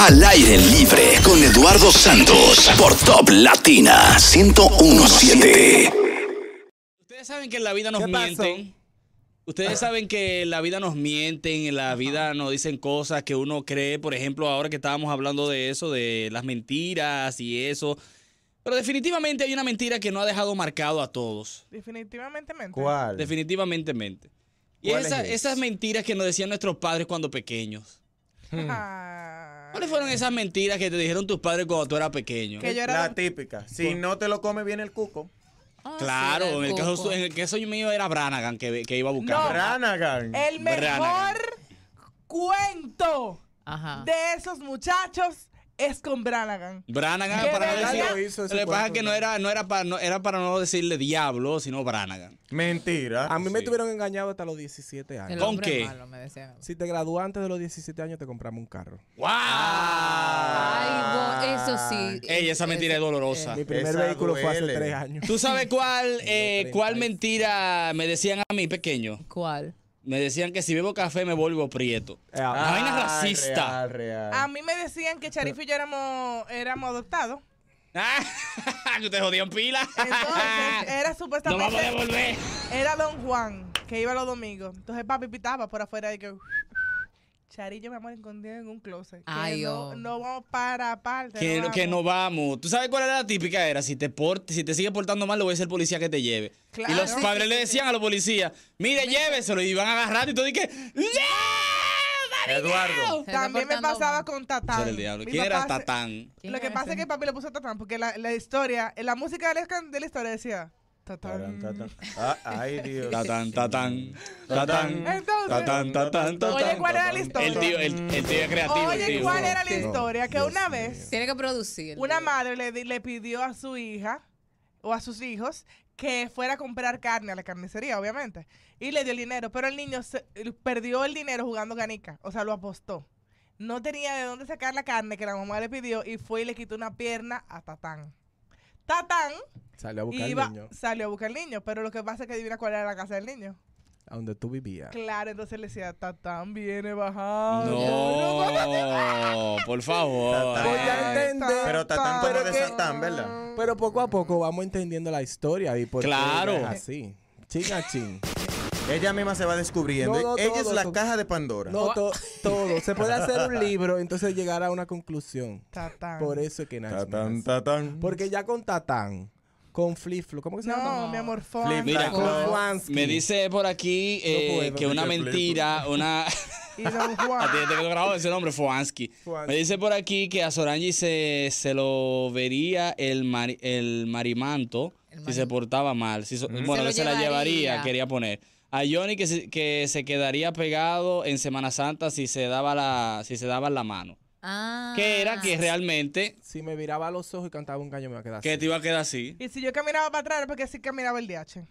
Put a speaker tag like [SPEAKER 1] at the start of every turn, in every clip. [SPEAKER 1] Al aire libre con Eduardo Santos por Top Latina 1017.
[SPEAKER 2] Ustedes saben que en la vida nos mienten. Ustedes saben que en la vida nos mienten, en la vida nos dicen cosas que uno cree, por ejemplo, ahora que estábamos hablando de eso, de las mentiras y eso. Pero definitivamente hay una mentira que no ha dejado marcado a todos.
[SPEAKER 3] Definitivamente mente.
[SPEAKER 4] ¿Cuál?
[SPEAKER 2] Definitivamente. Y
[SPEAKER 4] ¿Cuál
[SPEAKER 2] esa-
[SPEAKER 4] es esa?
[SPEAKER 2] esas mentiras que nos decían nuestros padres cuando pequeños. Hmm.
[SPEAKER 3] Ah,
[SPEAKER 2] ¿Cuáles fueron esas mentiras que te dijeron tus padres cuando tú eras pequeño?
[SPEAKER 3] que yo era
[SPEAKER 4] La típica. Si no te lo come, viene el cuco.
[SPEAKER 2] Claro, en, el caso, en el caso mío era Branagan que, que iba a buscar.
[SPEAKER 3] No.
[SPEAKER 4] Branagan.
[SPEAKER 3] el
[SPEAKER 2] Branagan.
[SPEAKER 3] mejor cuento
[SPEAKER 5] Ajá.
[SPEAKER 3] de esos muchachos es con Branagan.
[SPEAKER 2] Branagan
[SPEAKER 3] ¿Qué
[SPEAKER 2] para no
[SPEAKER 3] verdad?
[SPEAKER 2] decir-
[SPEAKER 4] Lo hizo ese
[SPEAKER 2] Lo que pasa es
[SPEAKER 4] cuerpo,
[SPEAKER 2] que no
[SPEAKER 4] ¿no?
[SPEAKER 2] era, no era para no, era para no decirle diablo, sino Branagan.
[SPEAKER 4] Mentira.
[SPEAKER 6] A mí me
[SPEAKER 2] Sí.
[SPEAKER 6] tuvieron engañado hasta los 17
[SPEAKER 5] El
[SPEAKER 6] años.
[SPEAKER 2] ¿Con
[SPEAKER 5] hombre
[SPEAKER 2] qué?
[SPEAKER 5] malo, me decía.
[SPEAKER 6] Si te graduas antes de los 17 años, te compramos un carro.
[SPEAKER 2] ¡Wow!
[SPEAKER 5] Ay, bo- eso sí.
[SPEAKER 2] Ey, esa mentira es dolorosa.
[SPEAKER 6] Mi primer
[SPEAKER 4] Esa
[SPEAKER 6] vehículo fue hace
[SPEAKER 4] duele.
[SPEAKER 6] 3 años.
[SPEAKER 2] ¿Tú sabes cuál, eh,
[SPEAKER 6] Tengo
[SPEAKER 2] cuál
[SPEAKER 6] 36.
[SPEAKER 2] mentira me decían a mí pequeño?
[SPEAKER 5] ¿Cuál?
[SPEAKER 2] Me decían que si bebo café me vuelvo prieto.
[SPEAKER 6] Eh, ah,
[SPEAKER 2] Ah, vaina racista.
[SPEAKER 4] Real, real.
[SPEAKER 3] A mí me decían que Charif y yo éramos, éramos adoptados.
[SPEAKER 2] Ah, que te jodían pila.
[SPEAKER 3] Entonces, era
[SPEAKER 2] no vamos a
[SPEAKER 3] supuestamente.
[SPEAKER 2] devolver.
[SPEAKER 3] era Don Juan, que iba los domingos. Entonces papi pitaba por afuera y que. Charillo, mi amor, escondido en un closet. Que
[SPEAKER 5] Ay,
[SPEAKER 3] no,
[SPEAKER 5] oh.
[SPEAKER 3] no vamos para aparte.
[SPEAKER 2] Que,
[SPEAKER 3] no
[SPEAKER 2] que no
[SPEAKER 3] vamos.
[SPEAKER 2] vamos. ¿Tú sabes cuál era la típica? Era, si te portes, si te sigues portando mal, lo voy a ser el policía que te lleve.
[SPEAKER 3] Claro.
[SPEAKER 2] y los
[SPEAKER 3] Sí,
[SPEAKER 2] padres
[SPEAKER 3] sí,
[SPEAKER 2] le
[SPEAKER 3] sí,
[SPEAKER 2] decían a los policías, mire, lléveselo. Y iban agarrando y todo y que... ¡No!
[SPEAKER 4] Eduardo.
[SPEAKER 5] Se
[SPEAKER 3] También me
[SPEAKER 5] reportando
[SPEAKER 3] pasaba
[SPEAKER 5] mal.
[SPEAKER 3] con Tatán.
[SPEAKER 2] el diablo.
[SPEAKER 3] Mi
[SPEAKER 2] ¿Quién era
[SPEAKER 3] papá se-
[SPEAKER 2] Tatán?
[SPEAKER 5] ¿Quién
[SPEAKER 3] Lo que
[SPEAKER 5] era
[SPEAKER 3] pasa
[SPEAKER 5] ese?
[SPEAKER 3] es que papi le puso Tatán porque la, la historia, eh, la música de la, can- de la historia decía
[SPEAKER 4] Tarán,
[SPEAKER 3] Tatán.
[SPEAKER 4] tatán. Ah, Ay, Dios.
[SPEAKER 2] Tatán, tatán, tatán,
[SPEAKER 3] Entonces,
[SPEAKER 2] tatán, tatán, tatán.
[SPEAKER 3] Oye, ¿cuál era la historia?
[SPEAKER 2] El tío, el, el tío es creativo. el
[SPEAKER 3] Oye,
[SPEAKER 2] tío.
[SPEAKER 3] ¿cuál era la
[SPEAKER 5] Sí.
[SPEAKER 3] historia? Que una vez
[SPEAKER 5] Tiene que producir.
[SPEAKER 3] una madre le, di- le pidió a su hija o a sus hijos que fuera a comprar carne a la carnicería, obviamente. Y le dio el dinero, pero el niño se- el- perdió el dinero jugando canica, o sea, lo apostó. No tenía de dónde sacar la carne que la mamá le pidió y fue y le quitó una pierna a Tatán. Tatán
[SPEAKER 6] Salió a buscar al
[SPEAKER 3] iba,
[SPEAKER 6] niño
[SPEAKER 3] salió a buscar al niño, pero lo que pasa es que adivina cuál era la casa del niño.
[SPEAKER 6] a donde tú vivías.
[SPEAKER 3] Claro, entonces le decía, Tatán viene bajando.
[SPEAKER 2] No, por favor.
[SPEAKER 4] Tatán.
[SPEAKER 6] Pues ya
[SPEAKER 2] Ay,
[SPEAKER 6] entendí.
[SPEAKER 4] Pero Tatán
[SPEAKER 3] Pero
[SPEAKER 4] como de
[SPEAKER 6] que-
[SPEAKER 4] Satán, ¿verdad?
[SPEAKER 6] Pero poco a poco vamos entendiendo la historia y por qué
[SPEAKER 2] Claro.
[SPEAKER 6] es así. Chin a chin.
[SPEAKER 4] Ella misma se va descubriendo.
[SPEAKER 6] No, no,
[SPEAKER 4] Ella es
[SPEAKER 6] todo,
[SPEAKER 4] la
[SPEAKER 6] todo.
[SPEAKER 4] caja de Pandora.
[SPEAKER 6] No, to- todo. Se puede hacer un libro, entonces llegar a una conclusión.
[SPEAKER 3] Tatán.
[SPEAKER 6] Por eso es que nada.
[SPEAKER 4] Tatán, tatán.
[SPEAKER 6] Porque ya con Tatán, con Flip Flop, ¿cómo que se llama?
[SPEAKER 3] No, mi amor, fue
[SPEAKER 4] Flip,
[SPEAKER 2] Mira,
[SPEAKER 4] flop.
[SPEAKER 6] Con Flansky.
[SPEAKER 2] Me dice por aquí eh,
[SPEAKER 6] No puedo,
[SPEAKER 2] que una
[SPEAKER 4] Miguel Play,
[SPEAKER 2] mentira, una...
[SPEAKER 3] y Don
[SPEAKER 2] A ti
[SPEAKER 3] Juan.
[SPEAKER 2] te quedó grabado ese nombre, Foansky.
[SPEAKER 6] Foansky.
[SPEAKER 2] Me dice por aquí que a Sorangi se, se lo vería el, mari- el marimanto
[SPEAKER 5] El
[SPEAKER 2] si
[SPEAKER 5] mari-
[SPEAKER 2] se portaba mal. Si
[SPEAKER 3] Mm.
[SPEAKER 2] so- Bueno,
[SPEAKER 5] lo
[SPEAKER 2] que se la llevaría,
[SPEAKER 5] llevaría.
[SPEAKER 2] quería poner. A Johnny que se, que se quedaría pegado en Semana Santa si se daba la, si se daba la mano.
[SPEAKER 5] Ah.
[SPEAKER 2] Que era que realmente
[SPEAKER 6] Si me viraba a los ojos y cantaba un gallo, me iba a quedar
[SPEAKER 2] que
[SPEAKER 6] así.
[SPEAKER 2] te iba a quedar así.
[SPEAKER 3] Y si yo caminaba para atrás era porque así caminaba el DH.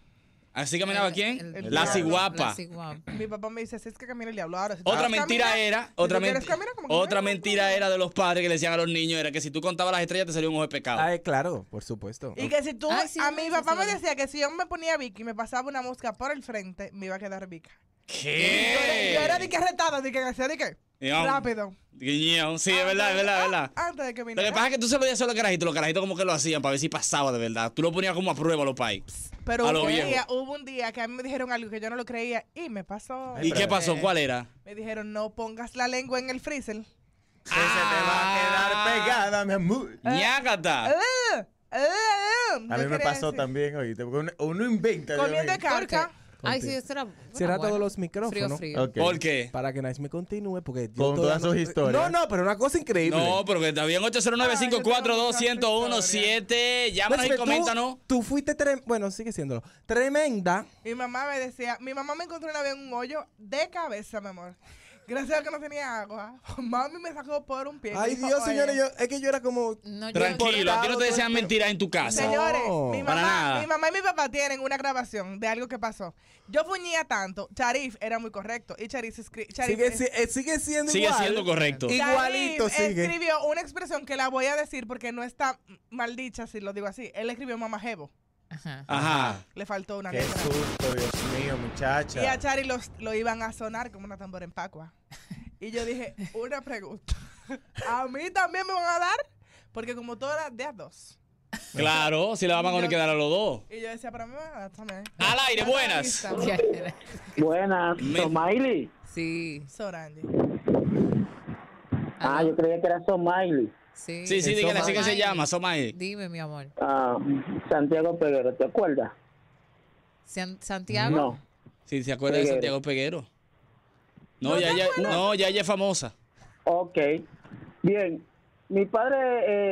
[SPEAKER 2] ¿Así caminaba
[SPEAKER 5] El-
[SPEAKER 2] quién?
[SPEAKER 5] el-
[SPEAKER 2] la
[SPEAKER 3] diablo,
[SPEAKER 2] ciguapa.
[SPEAKER 5] La ciguapa.
[SPEAKER 3] Mi papá me dice, así es que camina el diablo. Ahora, si tú
[SPEAKER 2] Otra
[SPEAKER 3] quieres
[SPEAKER 2] mentira
[SPEAKER 3] caminar,
[SPEAKER 2] era,
[SPEAKER 3] si Ah. tú
[SPEAKER 2] otra,
[SPEAKER 3] quieres
[SPEAKER 2] menti-
[SPEAKER 3] caminar, como que
[SPEAKER 2] otra
[SPEAKER 3] camina,
[SPEAKER 2] mentira era de los padres que le decían a los niños era que si tú contabas las estrellas te salía un ojo de pecado.
[SPEAKER 6] Ah, eh, claro, por supuesto.
[SPEAKER 3] Y que si tú,
[SPEAKER 5] Ah, sí,
[SPEAKER 3] a
[SPEAKER 5] no,
[SPEAKER 3] mi
[SPEAKER 5] sí,
[SPEAKER 3] papá
[SPEAKER 5] sí,
[SPEAKER 3] me
[SPEAKER 5] lo vi.
[SPEAKER 3] decía que si yo me ponía Vicky y me pasaba una mosca por el frente, me iba a quedar Vicky.
[SPEAKER 2] ¿Qué?
[SPEAKER 3] Yo era de que retada, de que hacía de que
[SPEAKER 2] Ñau.
[SPEAKER 3] rápido.
[SPEAKER 2] Guiñón,
[SPEAKER 6] Ah,
[SPEAKER 2] sí, es verdad, es verdad, es verdad.
[SPEAKER 3] Antes de que
[SPEAKER 2] Lo que
[SPEAKER 3] viniera.
[SPEAKER 2] pasa es que tú se lo decías a los carajitos, los carajitos como que lo hacían para ver si pasaba de verdad. Tú lo ponías como a prueba a los pais.
[SPEAKER 3] Pero
[SPEAKER 2] a
[SPEAKER 3] un
[SPEAKER 2] lo viejo.
[SPEAKER 3] día, hubo un día que a mí me dijeron algo que yo no lo creía y me pasó.
[SPEAKER 2] ¿Y qué pasó? ¿Cuál era?
[SPEAKER 3] Me dijeron, no pongas la lengua en el freezer.
[SPEAKER 4] Que se te va a quedar pegada, mi amor.
[SPEAKER 6] Eh,
[SPEAKER 2] ¡Ñácata!
[SPEAKER 3] ¡Ugh! ¡Ugh!
[SPEAKER 4] A mí
[SPEAKER 3] Ah,
[SPEAKER 4] me
[SPEAKER 3] Yo quería
[SPEAKER 4] pasó
[SPEAKER 3] decir,
[SPEAKER 4] también, oíste, porque uno, uno inventa. yo
[SPEAKER 3] Comiendo
[SPEAKER 4] imagino.
[SPEAKER 5] ¿Por qué?
[SPEAKER 3] carca.
[SPEAKER 5] Ay, sí, eso era. bueno,
[SPEAKER 6] Cierra
[SPEAKER 5] bueno.
[SPEAKER 6] todos los micrófonos.
[SPEAKER 5] Frío, frío.
[SPEAKER 4] Ok.
[SPEAKER 2] ¿Por qué?
[SPEAKER 6] Para que Nice me continúe, porque yo
[SPEAKER 4] Con
[SPEAKER 6] todavía
[SPEAKER 4] todas
[SPEAKER 6] no-
[SPEAKER 4] sus historias.
[SPEAKER 6] No, no, pero una cosa increíble.
[SPEAKER 2] No, pero que está
[SPEAKER 6] Ah,
[SPEAKER 2] bien. 809-542-1017. Llámanos
[SPEAKER 6] Nice,
[SPEAKER 2] y
[SPEAKER 6] pero Pues tú-
[SPEAKER 2] coméntanos.
[SPEAKER 6] Tú fuiste tremenda. Bueno, sigue siéndolo. Tremenda.
[SPEAKER 3] Mi mamá me decía, mi mamá me encontró una vez en un hoyo de cabeza, mi amor. Gracias a que no tenía agua. Mami me sacó por un pie.
[SPEAKER 6] Ay,
[SPEAKER 3] Me dijo,
[SPEAKER 6] Dios,
[SPEAKER 3] "Oye".
[SPEAKER 6] señores, yo, es que yo era como.
[SPEAKER 5] No, yo-
[SPEAKER 2] Tranquilo, aquí no te desean mentiras en tu casa.
[SPEAKER 3] Señores,
[SPEAKER 6] No,
[SPEAKER 3] mi,
[SPEAKER 2] para
[SPEAKER 3] mamá,
[SPEAKER 2] nada.
[SPEAKER 3] mi mamá y mi papá tienen una grabación de algo que pasó. Yo fuñía tanto. Charif era muy correcto. Y Charif se escri- Charif
[SPEAKER 6] Sigue,
[SPEAKER 3] es-
[SPEAKER 6] si- eh, sigue siendo
[SPEAKER 2] Sigue
[SPEAKER 6] igual.
[SPEAKER 2] siendo correcto.
[SPEAKER 6] Y- igualito
[SPEAKER 3] Charif
[SPEAKER 6] sigue.
[SPEAKER 3] escribió una expresión que la voy a decir porque no está maldicha si lo digo así. Él escribió mamajebo.
[SPEAKER 5] Ajá.
[SPEAKER 2] Ajá.
[SPEAKER 3] Le faltó una
[SPEAKER 4] Qué
[SPEAKER 3] letra.
[SPEAKER 4] susto, Dios mío, muchacha.
[SPEAKER 3] Y a Chari los, lo iban a sonar como una tambora en Pacua. Y yo dije, una pregunta. ¿A mí también me van a dar? Porque como todas las de a dos.
[SPEAKER 2] Claro, si le vamos a quedar a los dos.
[SPEAKER 3] Y yo decía, pero a mí me van a dar también.
[SPEAKER 2] Al aire, buenas.
[SPEAKER 5] Ya era.
[SPEAKER 7] Buenas,
[SPEAKER 2] Me-
[SPEAKER 7] Somaili.
[SPEAKER 5] Sí.
[SPEAKER 3] Sorandi.
[SPEAKER 7] Ah, yo creía que era Somaili.
[SPEAKER 5] Sí.
[SPEAKER 2] Sí, sí, dígale así que se
[SPEAKER 5] Ay,
[SPEAKER 2] llama, Somae.
[SPEAKER 5] Dime, mi amor.
[SPEAKER 7] Ah, Santiago Peguero, ¿te acuerdas?
[SPEAKER 5] San- Santiago.
[SPEAKER 7] No.
[SPEAKER 2] Si se acuerda de
[SPEAKER 7] Peguero.
[SPEAKER 2] Santiago Peguero. No, ya, ya, no, ya ella es famosa.
[SPEAKER 7] Ok. Bien. Mi padre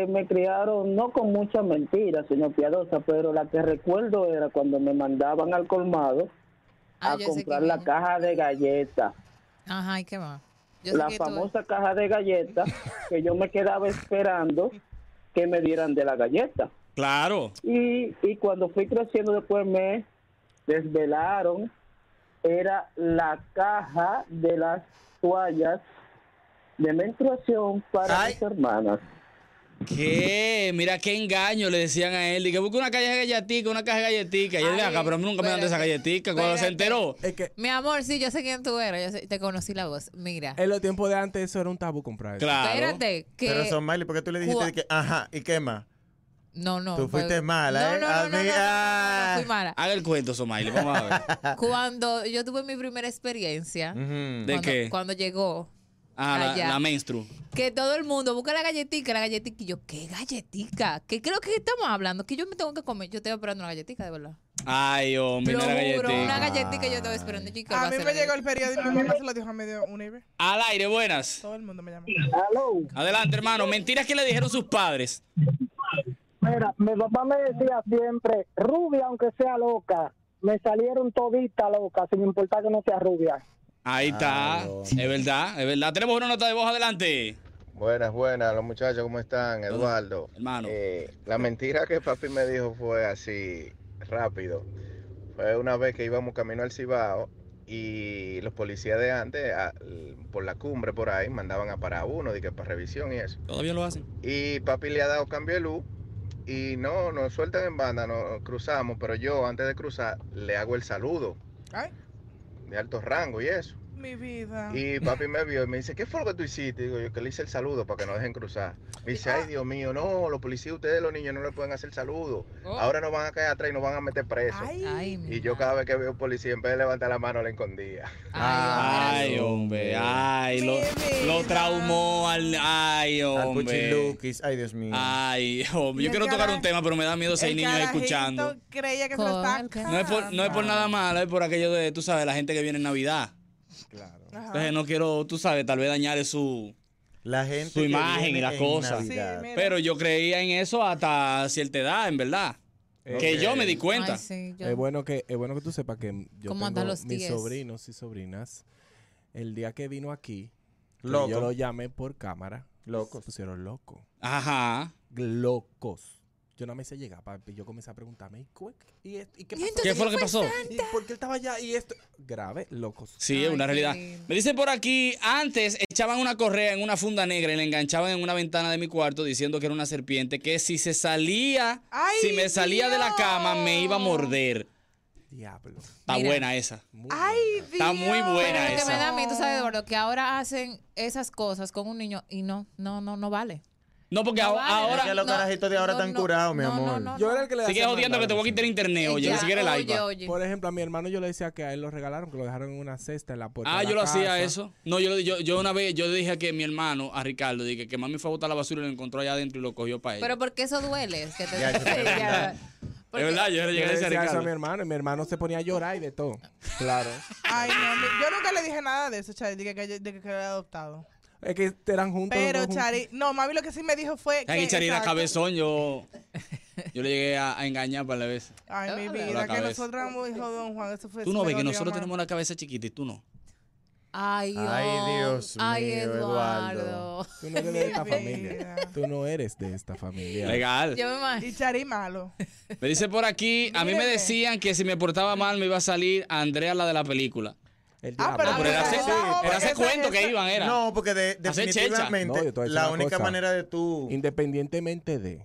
[SPEAKER 7] eh, me criaron no con muchas mentiras, sino piadosas, pero la que recuerdo era cuando me mandaban al colmado
[SPEAKER 5] Ah,
[SPEAKER 7] a
[SPEAKER 5] yo sé
[SPEAKER 7] comprar
[SPEAKER 5] quién
[SPEAKER 7] la
[SPEAKER 5] es.
[SPEAKER 7] caja de galletas.
[SPEAKER 5] Ajá, ¿y qué más? Yo sé
[SPEAKER 7] la
[SPEAKER 5] que tú-
[SPEAKER 7] famosa caja de galletas que yo me quedaba esperando que me dieran de la galleta.
[SPEAKER 2] Claro.
[SPEAKER 7] Y, y cuando fui creciendo después me desvelaron, era la caja de las toallas de menstruación para
[SPEAKER 4] Ay.
[SPEAKER 7] mis hermanas.
[SPEAKER 2] ¿Qué? Mira qué engaño le decían a él. Dije, busca una caja de galletica, una caja de galletica. Y él,
[SPEAKER 5] Ay,
[SPEAKER 2] acá, pero a mí nunca me dan de esa
[SPEAKER 5] espérate,
[SPEAKER 2] galletica. Cuando se
[SPEAKER 5] espérate.
[SPEAKER 2] enteró,
[SPEAKER 6] Es que
[SPEAKER 5] Mi amor, sí, yo sé quién tú eres. Yo sé- te conocí la voz. Mira.
[SPEAKER 6] en los tiempos de antes eso era un tabú comprar. eso.
[SPEAKER 2] claro.
[SPEAKER 5] Espérate, que.
[SPEAKER 4] Pero Somali, ¿por qué tú le dijiste
[SPEAKER 5] Cua-
[SPEAKER 4] de que, ajá, y qué más?
[SPEAKER 5] No, no.
[SPEAKER 4] Tú
[SPEAKER 5] fue-
[SPEAKER 4] fuiste mala,
[SPEAKER 5] No,
[SPEAKER 4] ¿eh?
[SPEAKER 5] No, no,
[SPEAKER 4] A
[SPEAKER 5] no, no,
[SPEAKER 4] mí,
[SPEAKER 5] no, no, no,
[SPEAKER 4] ah.
[SPEAKER 5] no, fui mala.
[SPEAKER 2] Haga el cuento, Somaile. Vamos a ver.
[SPEAKER 5] Cuando yo tuve mi primera experiencia,
[SPEAKER 4] Ujú.
[SPEAKER 2] ¿De
[SPEAKER 5] cuando,
[SPEAKER 2] qué?
[SPEAKER 5] cuando llegó,
[SPEAKER 2] Ah, la,
[SPEAKER 5] Allá.
[SPEAKER 2] la menstru.
[SPEAKER 5] que todo el mundo busca la galletica, la galletica, y yo, ¿qué galletica? ¿Qué creo que estamos hablando? Que yo me tengo que comer, yo estoy esperando una galletica, de verdad.
[SPEAKER 2] Ay, hombre,
[SPEAKER 5] Te
[SPEAKER 2] mira
[SPEAKER 5] lo
[SPEAKER 2] la
[SPEAKER 5] juro, una
[SPEAKER 2] galletica.
[SPEAKER 5] galletica yo estaba esperando, chica. va
[SPEAKER 3] A mí
[SPEAKER 5] ser
[SPEAKER 3] me
[SPEAKER 5] la
[SPEAKER 3] llegó el periódico. Mi mamá se lo dijo a medio Univer.
[SPEAKER 2] Al aire, buenas.
[SPEAKER 3] Todo el mundo me llamó.
[SPEAKER 7] Aló,
[SPEAKER 2] Adelante, hermano. Mentiras que le dijeron sus padres.
[SPEAKER 7] mira, mi papá me decía siempre, rubia aunque sea loca, me salieron todita loca, sin importar que no sea rubia.
[SPEAKER 2] Ahí está.
[SPEAKER 4] Ay,
[SPEAKER 2] es verdad, es verdad. Tenemos una nota de voz adelante.
[SPEAKER 8] Buenas, buenas, los muchachos, ¿cómo están? Eduardo.
[SPEAKER 2] Hermano.
[SPEAKER 8] Eh, la mentira que papi me dijo fue así, rápido. Fue una vez que íbamos camino al Cibao y los policías de antes, a- por la cumbre por ahí, mandaban a parar uno, de que para revisión y eso.
[SPEAKER 2] Todavía lo hacen.
[SPEAKER 8] Y papi le ha dado cambio de luz y no, nos sueltan en banda, nos cruzamos, pero yo antes de cruzar le hago el saludo
[SPEAKER 3] Ay,
[SPEAKER 8] de alto rango y eso.
[SPEAKER 3] mi vida.
[SPEAKER 8] Y papi me vio y me dice, ¿qué fue lo que tú hiciste? Digo, yo que le hice el saludo para que no dejen cruzar. Me dice, ay Dios mío, no, los policías, ustedes los niños no le pueden hacer saludo.
[SPEAKER 5] Oh. Ah.
[SPEAKER 8] Ahora nos van a caer atrás y nos van a meter presos.
[SPEAKER 3] Ay,
[SPEAKER 5] galletica. Ay, mi
[SPEAKER 8] Y yo
[SPEAKER 5] madre.
[SPEAKER 8] cada vez que veo un policía, en vez de levantar la mano, le escondía.
[SPEAKER 5] Ay,
[SPEAKER 2] Ay,
[SPEAKER 5] Dios,
[SPEAKER 2] hombre, ay, lo,
[SPEAKER 3] Mi
[SPEAKER 2] lo
[SPEAKER 3] vida.
[SPEAKER 2] traumó al. Ay,
[SPEAKER 4] Al
[SPEAKER 2] hombre. Ah,
[SPEAKER 4] Puchiluquis, ay Dios mío.
[SPEAKER 2] Ay, hombre.
[SPEAKER 3] Y
[SPEAKER 2] Yo
[SPEAKER 3] el
[SPEAKER 2] quiero tocar
[SPEAKER 3] cara-
[SPEAKER 2] un tema, pero me da miedo si hay
[SPEAKER 3] el
[SPEAKER 2] niños
[SPEAKER 3] carajito
[SPEAKER 2] escuchando.
[SPEAKER 3] creía que se lo estaba
[SPEAKER 5] Con el-
[SPEAKER 2] No es, por, no es por nada malo, es por aquello de, tú sabes, la gente que viene en Navidad.
[SPEAKER 3] Ajá.
[SPEAKER 2] Entonces no quiero, tú sabes, tal vez dañar su...
[SPEAKER 4] La gente.
[SPEAKER 2] Su
[SPEAKER 4] que
[SPEAKER 2] imagen y
[SPEAKER 4] viene
[SPEAKER 2] las
[SPEAKER 4] en
[SPEAKER 2] cosas.
[SPEAKER 3] Sí,
[SPEAKER 4] Navidad.
[SPEAKER 3] mira.
[SPEAKER 2] Pero yo creía en eso hasta cierta edad, en verdad. Que
[SPEAKER 4] Ok.
[SPEAKER 2] yo me di cuenta.
[SPEAKER 5] Ay, sí, yo-
[SPEAKER 6] Es bueno que es bueno que tú sepas que yo
[SPEAKER 5] ¿Cómo andan
[SPEAKER 6] tengo
[SPEAKER 5] los
[SPEAKER 6] mis
[SPEAKER 5] 10?
[SPEAKER 6] sobrinos y sobrinas. El día que vino aquí, que
[SPEAKER 4] Loco.
[SPEAKER 6] yo lo llamé por cámara.
[SPEAKER 4] Locos.
[SPEAKER 6] Se pusieron locos.
[SPEAKER 2] Ajá.
[SPEAKER 6] Locos. Yo no me hice llegar, papi. Yo comencé a preguntarme, ¿y, cu- y esto- y qué
[SPEAKER 5] Y
[SPEAKER 6] pasó?
[SPEAKER 2] ¿Qué fue lo que pasó?
[SPEAKER 6] ¿Y por qué él estaba allá? Y esto. Grave, locos.
[SPEAKER 2] Sí, es
[SPEAKER 5] Ay,
[SPEAKER 2] una
[SPEAKER 5] qué
[SPEAKER 2] realidad.
[SPEAKER 5] lindo.
[SPEAKER 2] Me dicen por aquí, antes echaban una correa en una funda negra y la enganchaban en una ventana de mi cuarto diciendo que era una serpiente, que si se salía,
[SPEAKER 3] Ay,
[SPEAKER 2] si me salía de la cama, me iba a morder.
[SPEAKER 6] Diablo.
[SPEAKER 2] Está
[SPEAKER 5] Mira.
[SPEAKER 2] buena esa.
[SPEAKER 6] Muy
[SPEAKER 3] Ay, Dios.
[SPEAKER 2] Está muy
[SPEAKER 5] Pero
[SPEAKER 2] buena
[SPEAKER 5] lo que me
[SPEAKER 2] esa.
[SPEAKER 5] da a mí, tú sabes, Eduardo, que ahora hacen esas cosas con un niño y no, no, no, no vale.
[SPEAKER 2] No, porque
[SPEAKER 5] No
[SPEAKER 2] a-
[SPEAKER 5] vale.
[SPEAKER 2] ahora...
[SPEAKER 4] Es que los
[SPEAKER 5] no,
[SPEAKER 4] carajitos de ahora
[SPEAKER 5] no,
[SPEAKER 4] están
[SPEAKER 5] no,
[SPEAKER 4] curados, mi
[SPEAKER 5] no, no,
[SPEAKER 4] amor.
[SPEAKER 5] no,
[SPEAKER 6] Yo era el que le
[SPEAKER 2] Sigue
[SPEAKER 6] hacía
[SPEAKER 2] jodiendo que te voy a quitar
[SPEAKER 6] mandados,
[SPEAKER 2] internet, oye,
[SPEAKER 5] Ya,
[SPEAKER 2] ni siquiera el
[SPEAKER 5] oye,
[SPEAKER 2] iPad.
[SPEAKER 5] oye.
[SPEAKER 6] Por ejemplo, a mi hermano yo le decía que a él lo regalaron, que lo dejaron en una cesta Pues en la puerta.
[SPEAKER 2] Ah,
[SPEAKER 6] de la
[SPEAKER 2] yo lo hacía
[SPEAKER 6] casa.
[SPEAKER 2] eso. No, yo, yo, yo una vez, yo le dije que mi hermano, a Ricardo, dije que mami fue a botar la basura y lo encontró allá adentro y lo cogió para ella.
[SPEAKER 5] Pero porque eso duele. es que te-
[SPEAKER 4] Ya, yo creo que
[SPEAKER 5] Ya.
[SPEAKER 2] es
[SPEAKER 5] Porque-
[SPEAKER 2] verdad, yo le
[SPEAKER 6] Yo
[SPEAKER 2] llegué a
[SPEAKER 6] le
[SPEAKER 2] decir a
[SPEAKER 6] decía eso a mi
[SPEAKER 2] Ricardo.
[SPEAKER 6] hermano y mi hermano se ponía a llorar y de todo. Claro.
[SPEAKER 3] Ay, no, mi- yo nunca le dije nada de eso, Chari, de que, que, de que era adoptado.
[SPEAKER 6] Es que eran juntos. los
[SPEAKER 3] Pero,
[SPEAKER 6] dos juntos.
[SPEAKER 3] Chari, no, mami lo que sí me dijo fue que...
[SPEAKER 2] Ay, y Charina
[SPEAKER 3] exacto.
[SPEAKER 2] cabezón, yo, yo le llegué a, a engañar para la vez.
[SPEAKER 3] Ay, mi
[SPEAKER 5] Hola.
[SPEAKER 3] vida,
[SPEAKER 2] La
[SPEAKER 3] que
[SPEAKER 2] cabeza.
[SPEAKER 3] nosotros éramos hijos de Don Juan, eso fue...
[SPEAKER 2] Tú
[SPEAKER 3] eso
[SPEAKER 2] no ves
[SPEAKER 3] Pues me
[SPEAKER 2] que
[SPEAKER 3] dolió
[SPEAKER 2] nosotros
[SPEAKER 3] más.
[SPEAKER 2] tenemos la cabeza chiquita y tú no.
[SPEAKER 5] Ay, Dios.
[SPEAKER 4] Ay, Dios
[SPEAKER 5] Ay,
[SPEAKER 4] mío,
[SPEAKER 5] Eduardo.
[SPEAKER 4] Eduardo.
[SPEAKER 6] Tú no eres de esta familia. Tú no eres de esta familia.
[SPEAKER 2] Legal.
[SPEAKER 5] Yo me imagino.
[SPEAKER 3] Y Charí malo.
[SPEAKER 2] Me dice por aquí, a mí me
[SPEAKER 3] Míreme.
[SPEAKER 2] decían que si me portaba mal me iba a salir Andrea la de la película.
[SPEAKER 6] El diablo.
[SPEAKER 3] Ah, pero
[SPEAKER 2] No, pero
[SPEAKER 3] esa-
[SPEAKER 2] era hace,
[SPEAKER 3] esa joven-
[SPEAKER 2] era hace
[SPEAKER 3] esa-
[SPEAKER 2] cuento que
[SPEAKER 3] esa-
[SPEAKER 2] iban, era.
[SPEAKER 4] No, porque de-
[SPEAKER 2] Hacer checha.
[SPEAKER 6] No, yo
[SPEAKER 4] definitivamente
[SPEAKER 6] te voy a decir
[SPEAKER 4] la
[SPEAKER 6] una
[SPEAKER 4] única
[SPEAKER 6] cosa.
[SPEAKER 4] manera de tú...
[SPEAKER 6] Independientemente de,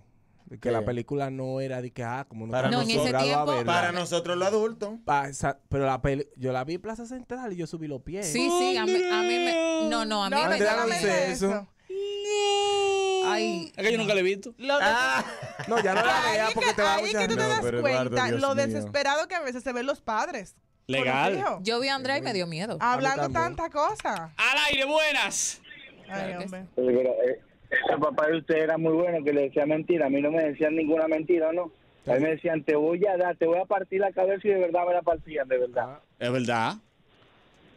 [SPEAKER 6] de que
[SPEAKER 4] ¿Qué?
[SPEAKER 6] la película no era de que, ah, como no
[SPEAKER 4] Para No,
[SPEAKER 6] estamos
[SPEAKER 4] en ese
[SPEAKER 6] acostumbrados
[SPEAKER 5] tiempo-
[SPEAKER 6] verla.
[SPEAKER 4] Para nosotros los adultos.
[SPEAKER 6] Pasa- pero la peli- yo la vi en Plaza Central y yo subí los pies.
[SPEAKER 5] Sí, sí, a mí, a mí me. No, no, a mí
[SPEAKER 3] No,
[SPEAKER 5] me.
[SPEAKER 6] Andrea
[SPEAKER 3] no me
[SPEAKER 6] dice
[SPEAKER 3] diga
[SPEAKER 6] eso.
[SPEAKER 5] Ay.
[SPEAKER 2] Es que yo nunca le he visto.
[SPEAKER 3] Lo de-
[SPEAKER 6] No, ya no la
[SPEAKER 3] Ahí
[SPEAKER 6] veas
[SPEAKER 3] es
[SPEAKER 6] porque
[SPEAKER 3] que-
[SPEAKER 6] te va a
[SPEAKER 3] ahí es que tú te
[SPEAKER 4] No,
[SPEAKER 3] das
[SPEAKER 4] pero Eduardo,
[SPEAKER 3] cuenta
[SPEAKER 4] Dios
[SPEAKER 3] lo
[SPEAKER 4] mío.
[SPEAKER 3] desesperado que a veces se ven los padres. con los
[SPEAKER 2] Legal.
[SPEAKER 3] hijos.
[SPEAKER 5] Yo vi a Andrea y me dio miedo.
[SPEAKER 3] Hablando
[SPEAKER 6] también.
[SPEAKER 3] tanta cosa.
[SPEAKER 2] ¡Al aire, buenas!
[SPEAKER 3] Ay,
[SPEAKER 5] que
[SPEAKER 3] hombre.
[SPEAKER 7] el eh, papá de usted era muy bueno que le decía mentira. A mí no me decían ninguna mentira, ¿no? A mí me decían, te voy a dar, te voy a partir la cabeza y de verdad me la partían, de verdad.
[SPEAKER 2] Ah. Es verdad.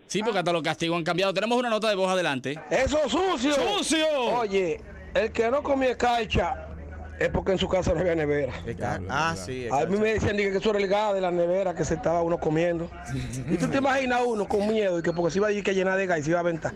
[SPEAKER 2] Sí, porque hasta los castigos han cambiado. Tenemos una nota de voz adelante.
[SPEAKER 9] ¡Eso es sucio!
[SPEAKER 2] ¡Sucio!
[SPEAKER 9] Oye, el que no comía escarcha es porque en su casa no había nevera.
[SPEAKER 4] Ah, sí.
[SPEAKER 9] A mí me decían dije, que eso era el gas de la nevera que se estaba uno comiendo. ¿Y tú te imaginas uno con miedo y que porque se iba a decir que llenar de gas y se iba a aventar?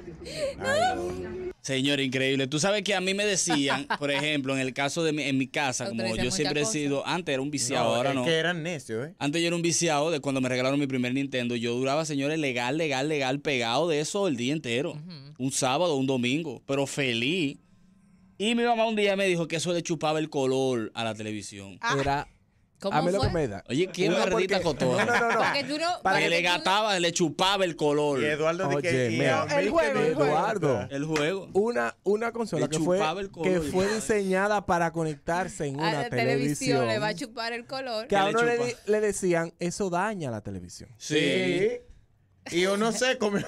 [SPEAKER 2] Señor, increíble. Tú sabes que a mí me decían, por ejemplo, en el caso de mi, en mi casa,
[SPEAKER 5] Te
[SPEAKER 2] como
[SPEAKER 5] decían
[SPEAKER 2] yo siempre he
[SPEAKER 5] muchas
[SPEAKER 2] sido, antes era un
[SPEAKER 4] No,
[SPEAKER 2] viciado, ahora
[SPEAKER 4] es
[SPEAKER 2] no.
[SPEAKER 4] que eran necios, ¿eh?
[SPEAKER 2] Antes yo era un viciado de cuando me regalaron mi primer Nintendo. Yo duraba, señores, legal, legal, legal, pegado de eso el día entero. Un sábado, un domingo, pero feliz. Y mi mamá un día me dijo que eso le chupaba el color a la televisión.
[SPEAKER 6] Era,
[SPEAKER 5] Ah, ¿Cómo
[SPEAKER 6] a mí lo que
[SPEAKER 5] fue?
[SPEAKER 6] me da.
[SPEAKER 2] Oye, qué
[SPEAKER 4] No,
[SPEAKER 2] verdita
[SPEAKER 4] porque-
[SPEAKER 2] cotorra.
[SPEAKER 4] No, no, no, no.
[SPEAKER 5] Para que tú no. para
[SPEAKER 2] Que
[SPEAKER 5] que
[SPEAKER 2] le
[SPEAKER 5] tú no-
[SPEAKER 2] gataba, le chupaba el color.
[SPEAKER 4] Y Eduardo de que...
[SPEAKER 6] Oye,
[SPEAKER 4] y
[SPEAKER 6] mira.
[SPEAKER 4] a mí
[SPEAKER 3] El
[SPEAKER 4] que
[SPEAKER 3] juego,
[SPEAKER 4] me-
[SPEAKER 3] el juego.
[SPEAKER 6] Eduardo.
[SPEAKER 2] El juego.
[SPEAKER 6] Una, una consola
[SPEAKER 2] Le
[SPEAKER 6] que fue,
[SPEAKER 2] chupaba el color
[SPEAKER 6] que
[SPEAKER 2] y
[SPEAKER 6] fue
[SPEAKER 2] nada.
[SPEAKER 6] diseñada para conectarse en
[SPEAKER 5] a
[SPEAKER 6] una
[SPEAKER 5] la
[SPEAKER 6] televisión.
[SPEAKER 5] televisión le va a chupar el color.
[SPEAKER 6] que a
[SPEAKER 2] Que le
[SPEAKER 6] uno le,
[SPEAKER 2] chupa.
[SPEAKER 6] di- le decían, eso daña la televisión.
[SPEAKER 2] Sí.
[SPEAKER 4] Sí. Y uno se comió.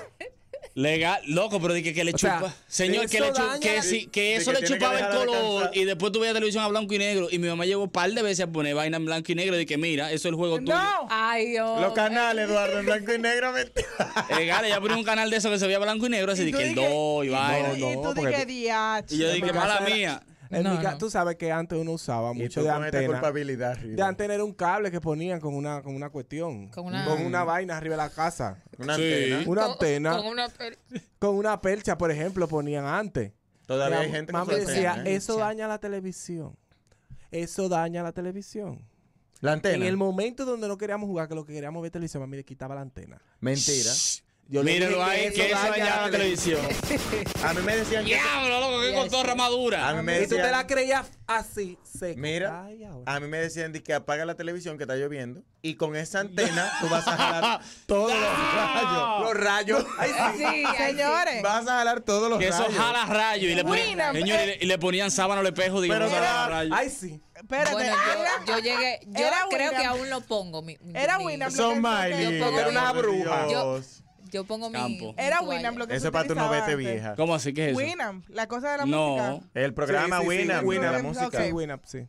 [SPEAKER 2] Legal, loco, pero dije que le
[SPEAKER 6] O sea,
[SPEAKER 2] chupa. Señor, que,
[SPEAKER 6] eso
[SPEAKER 2] le chu-
[SPEAKER 6] daña-
[SPEAKER 2] que, si- que
[SPEAKER 4] de
[SPEAKER 2] eso
[SPEAKER 4] que
[SPEAKER 2] le
[SPEAKER 4] tiene que
[SPEAKER 2] chupaba el
[SPEAKER 4] dejar de
[SPEAKER 2] color
[SPEAKER 4] descansar.
[SPEAKER 2] y después tuve la televisión a blanco y negro. Y mi mamá llegó un par de veces a poner vaina en blanco y negro. Y que mira, eso es el juego tuyo.
[SPEAKER 3] No.
[SPEAKER 5] Ay, Dios.
[SPEAKER 3] Oh,
[SPEAKER 4] Los canales,
[SPEAKER 3] eh.
[SPEAKER 4] Eduardo, en blanco y negro. mentira.
[SPEAKER 2] Legal, ella ponía un canal de eso que se veía blanco y negro. Así
[SPEAKER 3] Y
[SPEAKER 2] de
[SPEAKER 3] tú
[SPEAKER 2] que el
[SPEAKER 3] dije-
[SPEAKER 2] 2 y vaina.
[SPEAKER 6] no,
[SPEAKER 3] y tú
[SPEAKER 6] porque-
[SPEAKER 3] dije DH.
[SPEAKER 2] Y yo
[SPEAKER 6] En mi
[SPEAKER 2] dije,
[SPEAKER 6] casa
[SPEAKER 2] mala
[SPEAKER 6] era-
[SPEAKER 2] mía.
[SPEAKER 6] En
[SPEAKER 5] No,
[SPEAKER 6] mi ca-
[SPEAKER 5] no.
[SPEAKER 6] Tú sabes que antes uno usaba
[SPEAKER 4] Y
[SPEAKER 6] mucho
[SPEAKER 4] tú
[SPEAKER 6] de
[SPEAKER 4] con este esta
[SPEAKER 6] antena.
[SPEAKER 4] culpabilidad,
[SPEAKER 6] De
[SPEAKER 4] Rigo.
[SPEAKER 6] antena era un cable que ponían con una, con una cuestión.
[SPEAKER 5] Con una-
[SPEAKER 6] vaina arriba de la casa.
[SPEAKER 4] Una
[SPEAKER 2] Sí.
[SPEAKER 4] antena.
[SPEAKER 6] Una
[SPEAKER 5] Con-
[SPEAKER 6] antena.
[SPEAKER 5] Con una pel-
[SPEAKER 6] Con una percha, por ejemplo, ponían antes.
[SPEAKER 4] Todavía
[SPEAKER 6] Mi
[SPEAKER 4] hay
[SPEAKER 6] am-
[SPEAKER 4] gente que
[SPEAKER 6] mami
[SPEAKER 4] se
[SPEAKER 6] decía,
[SPEAKER 4] ofende, ¿eh?
[SPEAKER 6] eso daña la televisión. Eso daña la televisión.
[SPEAKER 4] La
[SPEAKER 6] En
[SPEAKER 4] antena.
[SPEAKER 6] el momento donde no queríamos jugar, que lo que queríamos ver televisión, mami le quitaba la antena.
[SPEAKER 4] Mentira.
[SPEAKER 6] Yo le
[SPEAKER 2] Mírenlo
[SPEAKER 6] dije
[SPEAKER 2] ahí, que eso daña la televisión.
[SPEAKER 4] A mí me decían que...
[SPEAKER 2] Diablo, loco, qué
[SPEAKER 5] Yes.
[SPEAKER 2] cotorra
[SPEAKER 4] A
[SPEAKER 2] madura.
[SPEAKER 4] mí me
[SPEAKER 6] Y tú te
[SPEAKER 4] decían-
[SPEAKER 6] la creías así, seca.
[SPEAKER 4] Mira,
[SPEAKER 6] Ay, ahora.
[SPEAKER 4] a mí me decían di que apaga la televisión que está lloviendo y con esa antena tú vas a
[SPEAKER 2] Ah.
[SPEAKER 4] jalar todos los rayos. Los rayos. Ay, sí.
[SPEAKER 5] Sí, ay,
[SPEAKER 3] Señores.
[SPEAKER 4] Vas a jalar todos los
[SPEAKER 2] Que eso
[SPEAKER 4] rayos.
[SPEAKER 2] jala rayo. Y le ponían,
[SPEAKER 3] Winamp,
[SPEAKER 2] señor, y le, y le ponían sábano al espejo. Digo,
[SPEAKER 4] Pero
[SPEAKER 2] no,
[SPEAKER 4] mira,
[SPEAKER 2] jala rayo.
[SPEAKER 6] Ay, sí.
[SPEAKER 3] Espérate,
[SPEAKER 5] Bueno,
[SPEAKER 3] Ana.
[SPEAKER 5] yo, yo llegué. Yo
[SPEAKER 3] Era
[SPEAKER 5] creo
[SPEAKER 3] Winamp.
[SPEAKER 5] que aún lo pongo. mi- mi-
[SPEAKER 3] Era
[SPEAKER 5] mi-
[SPEAKER 3] Winamp.
[SPEAKER 4] Son Miley.
[SPEAKER 5] Yo pongo
[SPEAKER 4] Era una
[SPEAKER 5] mi-
[SPEAKER 4] bruja.
[SPEAKER 5] yo- Yo pongo mi.
[SPEAKER 2] Campo.
[SPEAKER 5] mi
[SPEAKER 3] Era
[SPEAKER 5] toalla.
[SPEAKER 3] Winamp lo que
[SPEAKER 4] Eso
[SPEAKER 3] se
[SPEAKER 4] es para tu
[SPEAKER 3] utilizaba
[SPEAKER 4] novete
[SPEAKER 3] antes.
[SPEAKER 4] vieja.
[SPEAKER 2] ¿Cómo así? ¿Qué es eso?
[SPEAKER 3] Winamp, la cosa de la
[SPEAKER 2] No.
[SPEAKER 3] música.
[SPEAKER 4] El programa
[SPEAKER 6] Sí, sí, sí,
[SPEAKER 4] Winamp,
[SPEAKER 6] Winamp,
[SPEAKER 4] la
[SPEAKER 3] ok.
[SPEAKER 4] música.
[SPEAKER 6] Sí, Winamp, sí.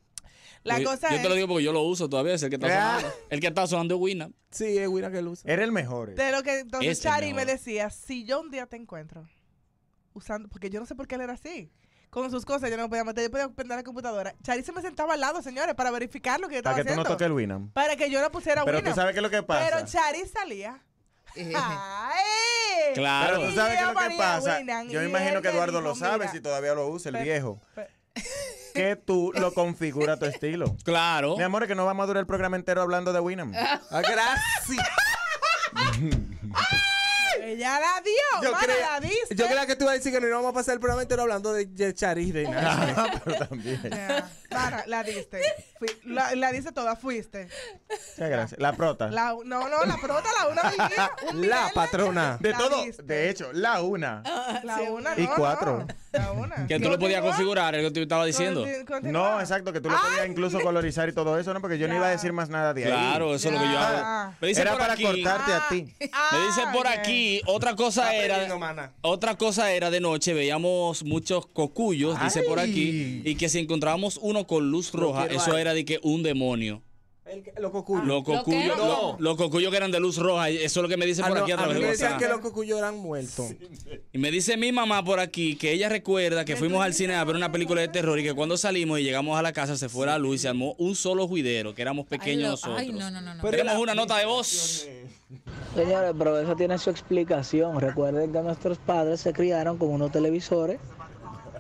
[SPEAKER 3] La
[SPEAKER 2] Yo-
[SPEAKER 3] cosa
[SPEAKER 2] yo
[SPEAKER 3] es,
[SPEAKER 2] te lo digo porque yo lo uso todavía, es el que está
[SPEAKER 4] Ah.
[SPEAKER 2] sonando. El que está sonando es Winamp.
[SPEAKER 6] Sí, es Winamp que lo usa.
[SPEAKER 4] Era el mejor. eh.
[SPEAKER 3] de lo que entonces
[SPEAKER 2] Ese
[SPEAKER 3] Chari
[SPEAKER 2] no.
[SPEAKER 3] me decía, si yo un día te encuentro usando, porque yo no sé por qué él era así. Con sus cosas, yo no me podía meter, yo podía prender la computadora. Chari se me sentaba al lado, señores, para verificar lo que yo estaba
[SPEAKER 4] Para que tú
[SPEAKER 3] haciendo.
[SPEAKER 4] no toques el Winamp.
[SPEAKER 3] Para que yo no pusiera
[SPEAKER 4] Pero tú
[SPEAKER 3] Winamp.
[SPEAKER 4] sabes qué es lo que
[SPEAKER 3] Pero
[SPEAKER 4] pasa.
[SPEAKER 3] Chari salía.
[SPEAKER 5] Eh,
[SPEAKER 3] ¡Ay!
[SPEAKER 4] Pero
[SPEAKER 2] Claro.
[SPEAKER 4] tú sabes qué es lo
[SPEAKER 3] María
[SPEAKER 4] que pasa.
[SPEAKER 3] Winamp,
[SPEAKER 4] Yo me
[SPEAKER 3] y él
[SPEAKER 4] imagino que
[SPEAKER 3] me
[SPEAKER 4] Eduardo
[SPEAKER 3] dijo,
[SPEAKER 4] lo sabe
[SPEAKER 3] mira,
[SPEAKER 4] si todavía lo usa, el
[SPEAKER 3] pe-
[SPEAKER 4] viejo.
[SPEAKER 3] pe-
[SPEAKER 4] Que tú lo configuras a tu estilo.
[SPEAKER 2] Claro.
[SPEAKER 4] Mi amor, es que no vamos a durar el programa entero hablando de Winamp.
[SPEAKER 6] Ah, gracias.
[SPEAKER 3] Ella la dio.
[SPEAKER 6] Yo
[SPEAKER 3] mana,
[SPEAKER 6] creía-
[SPEAKER 3] la diste.
[SPEAKER 6] Yo creía que tú ibas a decir que no íbamos a pasar el programa entero hablando de, de Charis de nada.
[SPEAKER 4] Ah, pero también.
[SPEAKER 3] Ya, Mara, la diste. Fui- la, la diste toda, fuiste.
[SPEAKER 4] Muchas gracias. La prota.
[SPEAKER 3] La, no, no, la prota, la una vivía. un
[SPEAKER 6] La
[SPEAKER 3] Pirela,
[SPEAKER 6] patrona.
[SPEAKER 4] de
[SPEAKER 3] la Ah,
[SPEAKER 4] todo.
[SPEAKER 3] diste.
[SPEAKER 4] De hecho, la una.
[SPEAKER 3] La una,
[SPEAKER 4] Y
[SPEAKER 3] no,
[SPEAKER 4] cuatro.
[SPEAKER 3] no, la una.
[SPEAKER 2] Que tú lo podías
[SPEAKER 3] Continúa,
[SPEAKER 2] configurar, es lo que te estaba diciendo.
[SPEAKER 3] conti- continúa.
[SPEAKER 4] No, exacto, que tú lo podías incluso colorizar y todo eso, ¿no? Porque yo no iba a decir más nada de ahí.
[SPEAKER 2] Claro, eso es lo que yo hago.
[SPEAKER 3] Ah.
[SPEAKER 2] Me dice
[SPEAKER 4] Era
[SPEAKER 2] por
[SPEAKER 4] para
[SPEAKER 2] aquí,
[SPEAKER 4] cortarte a ti.
[SPEAKER 3] Ah,
[SPEAKER 2] me dice por
[SPEAKER 3] ok.
[SPEAKER 2] aquí, otra cosa
[SPEAKER 6] aprendiendo,
[SPEAKER 2] era.
[SPEAKER 6] mana.
[SPEAKER 2] Otra cosa era de noche, veíamos muchos cocuyos, dice por aquí,
[SPEAKER 4] Ay.
[SPEAKER 2] y que si encontrábamos uno con luz roja,
[SPEAKER 6] quiero
[SPEAKER 2] eso
[SPEAKER 6] ahí.
[SPEAKER 2] era de que un demonio.
[SPEAKER 6] El, que- los cocuyos.
[SPEAKER 2] Los cocuyos,
[SPEAKER 5] No.
[SPEAKER 2] lo- los cocuyos que eran de luz roja, y eso es lo que me dice
[SPEAKER 6] Ah,
[SPEAKER 2] por
[SPEAKER 6] no,
[SPEAKER 2] aquí a
[SPEAKER 6] a mí
[SPEAKER 2] través
[SPEAKER 6] me
[SPEAKER 2] de
[SPEAKER 6] decían
[SPEAKER 2] WhatsApp.
[SPEAKER 6] que los cocuyos eran muertos.
[SPEAKER 2] Y me dice mi mamá por aquí que ella recuerda que fuimos al cine a ver una película de terror y que cuando salimos y llegamos a la casa se fue la luz y se armó un solo juidero, que éramos
[SPEAKER 5] ay,
[SPEAKER 2] pequeños
[SPEAKER 5] lo-
[SPEAKER 2] nosotros.
[SPEAKER 5] Ay, no, no, no. no.
[SPEAKER 6] Pero-
[SPEAKER 2] Tenemos una nota de voz.
[SPEAKER 10] Señores, pero eso tiene su explicación. Recuerden que nuestros padres se criaron con unos televisores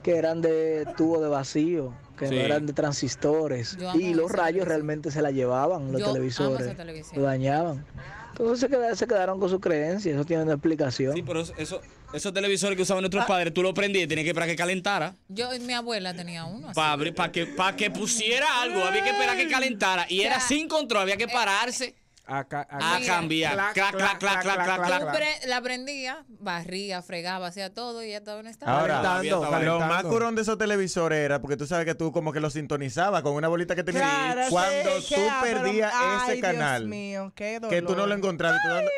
[SPEAKER 10] que eran de tubo de vacío, que
[SPEAKER 11] Sí.
[SPEAKER 10] no eran de transistores.
[SPEAKER 11] Yo amo
[SPEAKER 10] Y los rayos realmente se la llevaban, los
[SPEAKER 11] Yo amo
[SPEAKER 10] televisores.
[SPEAKER 11] esa televisión.
[SPEAKER 10] Lo dañaban. Entonces se queda- se quedaron con su creencia, eso tiene una explicación.
[SPEAKER 2] Sí, pero eso- eso- esos televisores que usaban nuestros padres, tú lo prendías y tenías que esperar que calentara.
[SPEAKER 5] Yo, mi abuela tenía uno. así.
[SPEAKER 2] Para que, pa' que pusiera algo, había que esperar que calentara. Y era sin control, había que pararse a
[SPEAKER 5] eh, Mira.
[SPEAKER 2] cambiar. Clac, clac, clac, clac, clac, clac.
[SPEAKER 5] Yo pre- la prendía, barría, fregaba, hacía todo y ya estaba en estado.
[SPEAKER 4] Ahora,
[SPEAKER 2] Calentando,
[SPEAKER 4] lo
[SPEAKER 2] calentando.
[SPEAKER 4] más curón de esos televisores era porque tú sabes que tú como que los sintonizabas con una bolita que tenías.
[SPEAKER 3] Claro,
[SPEAKER 4] Cuando
[SPEAKER 3] sí,
[SPEAKER 4] tú
[SPEAKER 3] que- ah, pero-
[SPEAKER 4] perdías
[SPEAKER 3] ay,
[SPEAKER 4] ese
[SPEAKER 3] Dios
[SPEAKER 4] canal,
[SPEAKER 3] mío, qué
[SPEAKER 4] que tú no
[SPEAKER 3] dolor.
[SPEAKER 4] lo encontrabas. y tú dando-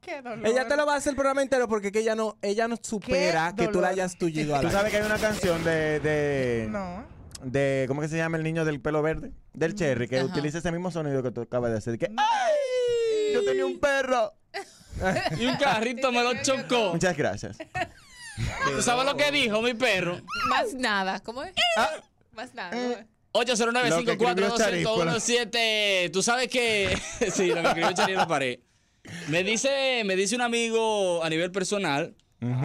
[SPEAKER 3] Qué dolor.
[SPEAKER 6] Ella te lo va a hacer el programa entero porque es que ella no, ella no supera que tú
[SPEAKER 4] dolor.
[SPEAKER 6] la hayas tullido a
[SPEAKER 4] Tú
[SPEAKER 6] la-
[SPEAKER 4] sabes que hay una canción de. de
[SPEAKER 3] No. Mm,
[SPEAKER 4] De, ¿Cómo que se llama el niño del pelo verde? Del Cherry, que
[SPEAKER 3] Ajá. Mm.
[SPEAKER 4] utiliza ese mismo sonido que tú acabas de hacer. Que, ¡Ay! Yo tenía un perro.
[SPEAKER 2] Y un carrito me lo
[SPEAKER 3] Mm.
[SPEAKER 2] chocó.
[SPEAKER 4] Muchas gracias.
[SPEAKER 2] ¿Tú sabes lo que dijo mi perro?
[SPEAKER 5] Más nada, ¿cómo es?
[SPEAKER 6] Ah.
[SPEAKER 5] Más
[SPEAKER 6] Eh.
[SPEAKER 5] nada.
[SPEAKER 2] 809-542-1017. Tú sabes que. sí, lo que escribió Charly en la pared. Me dice, me dice un amigo a nivel personal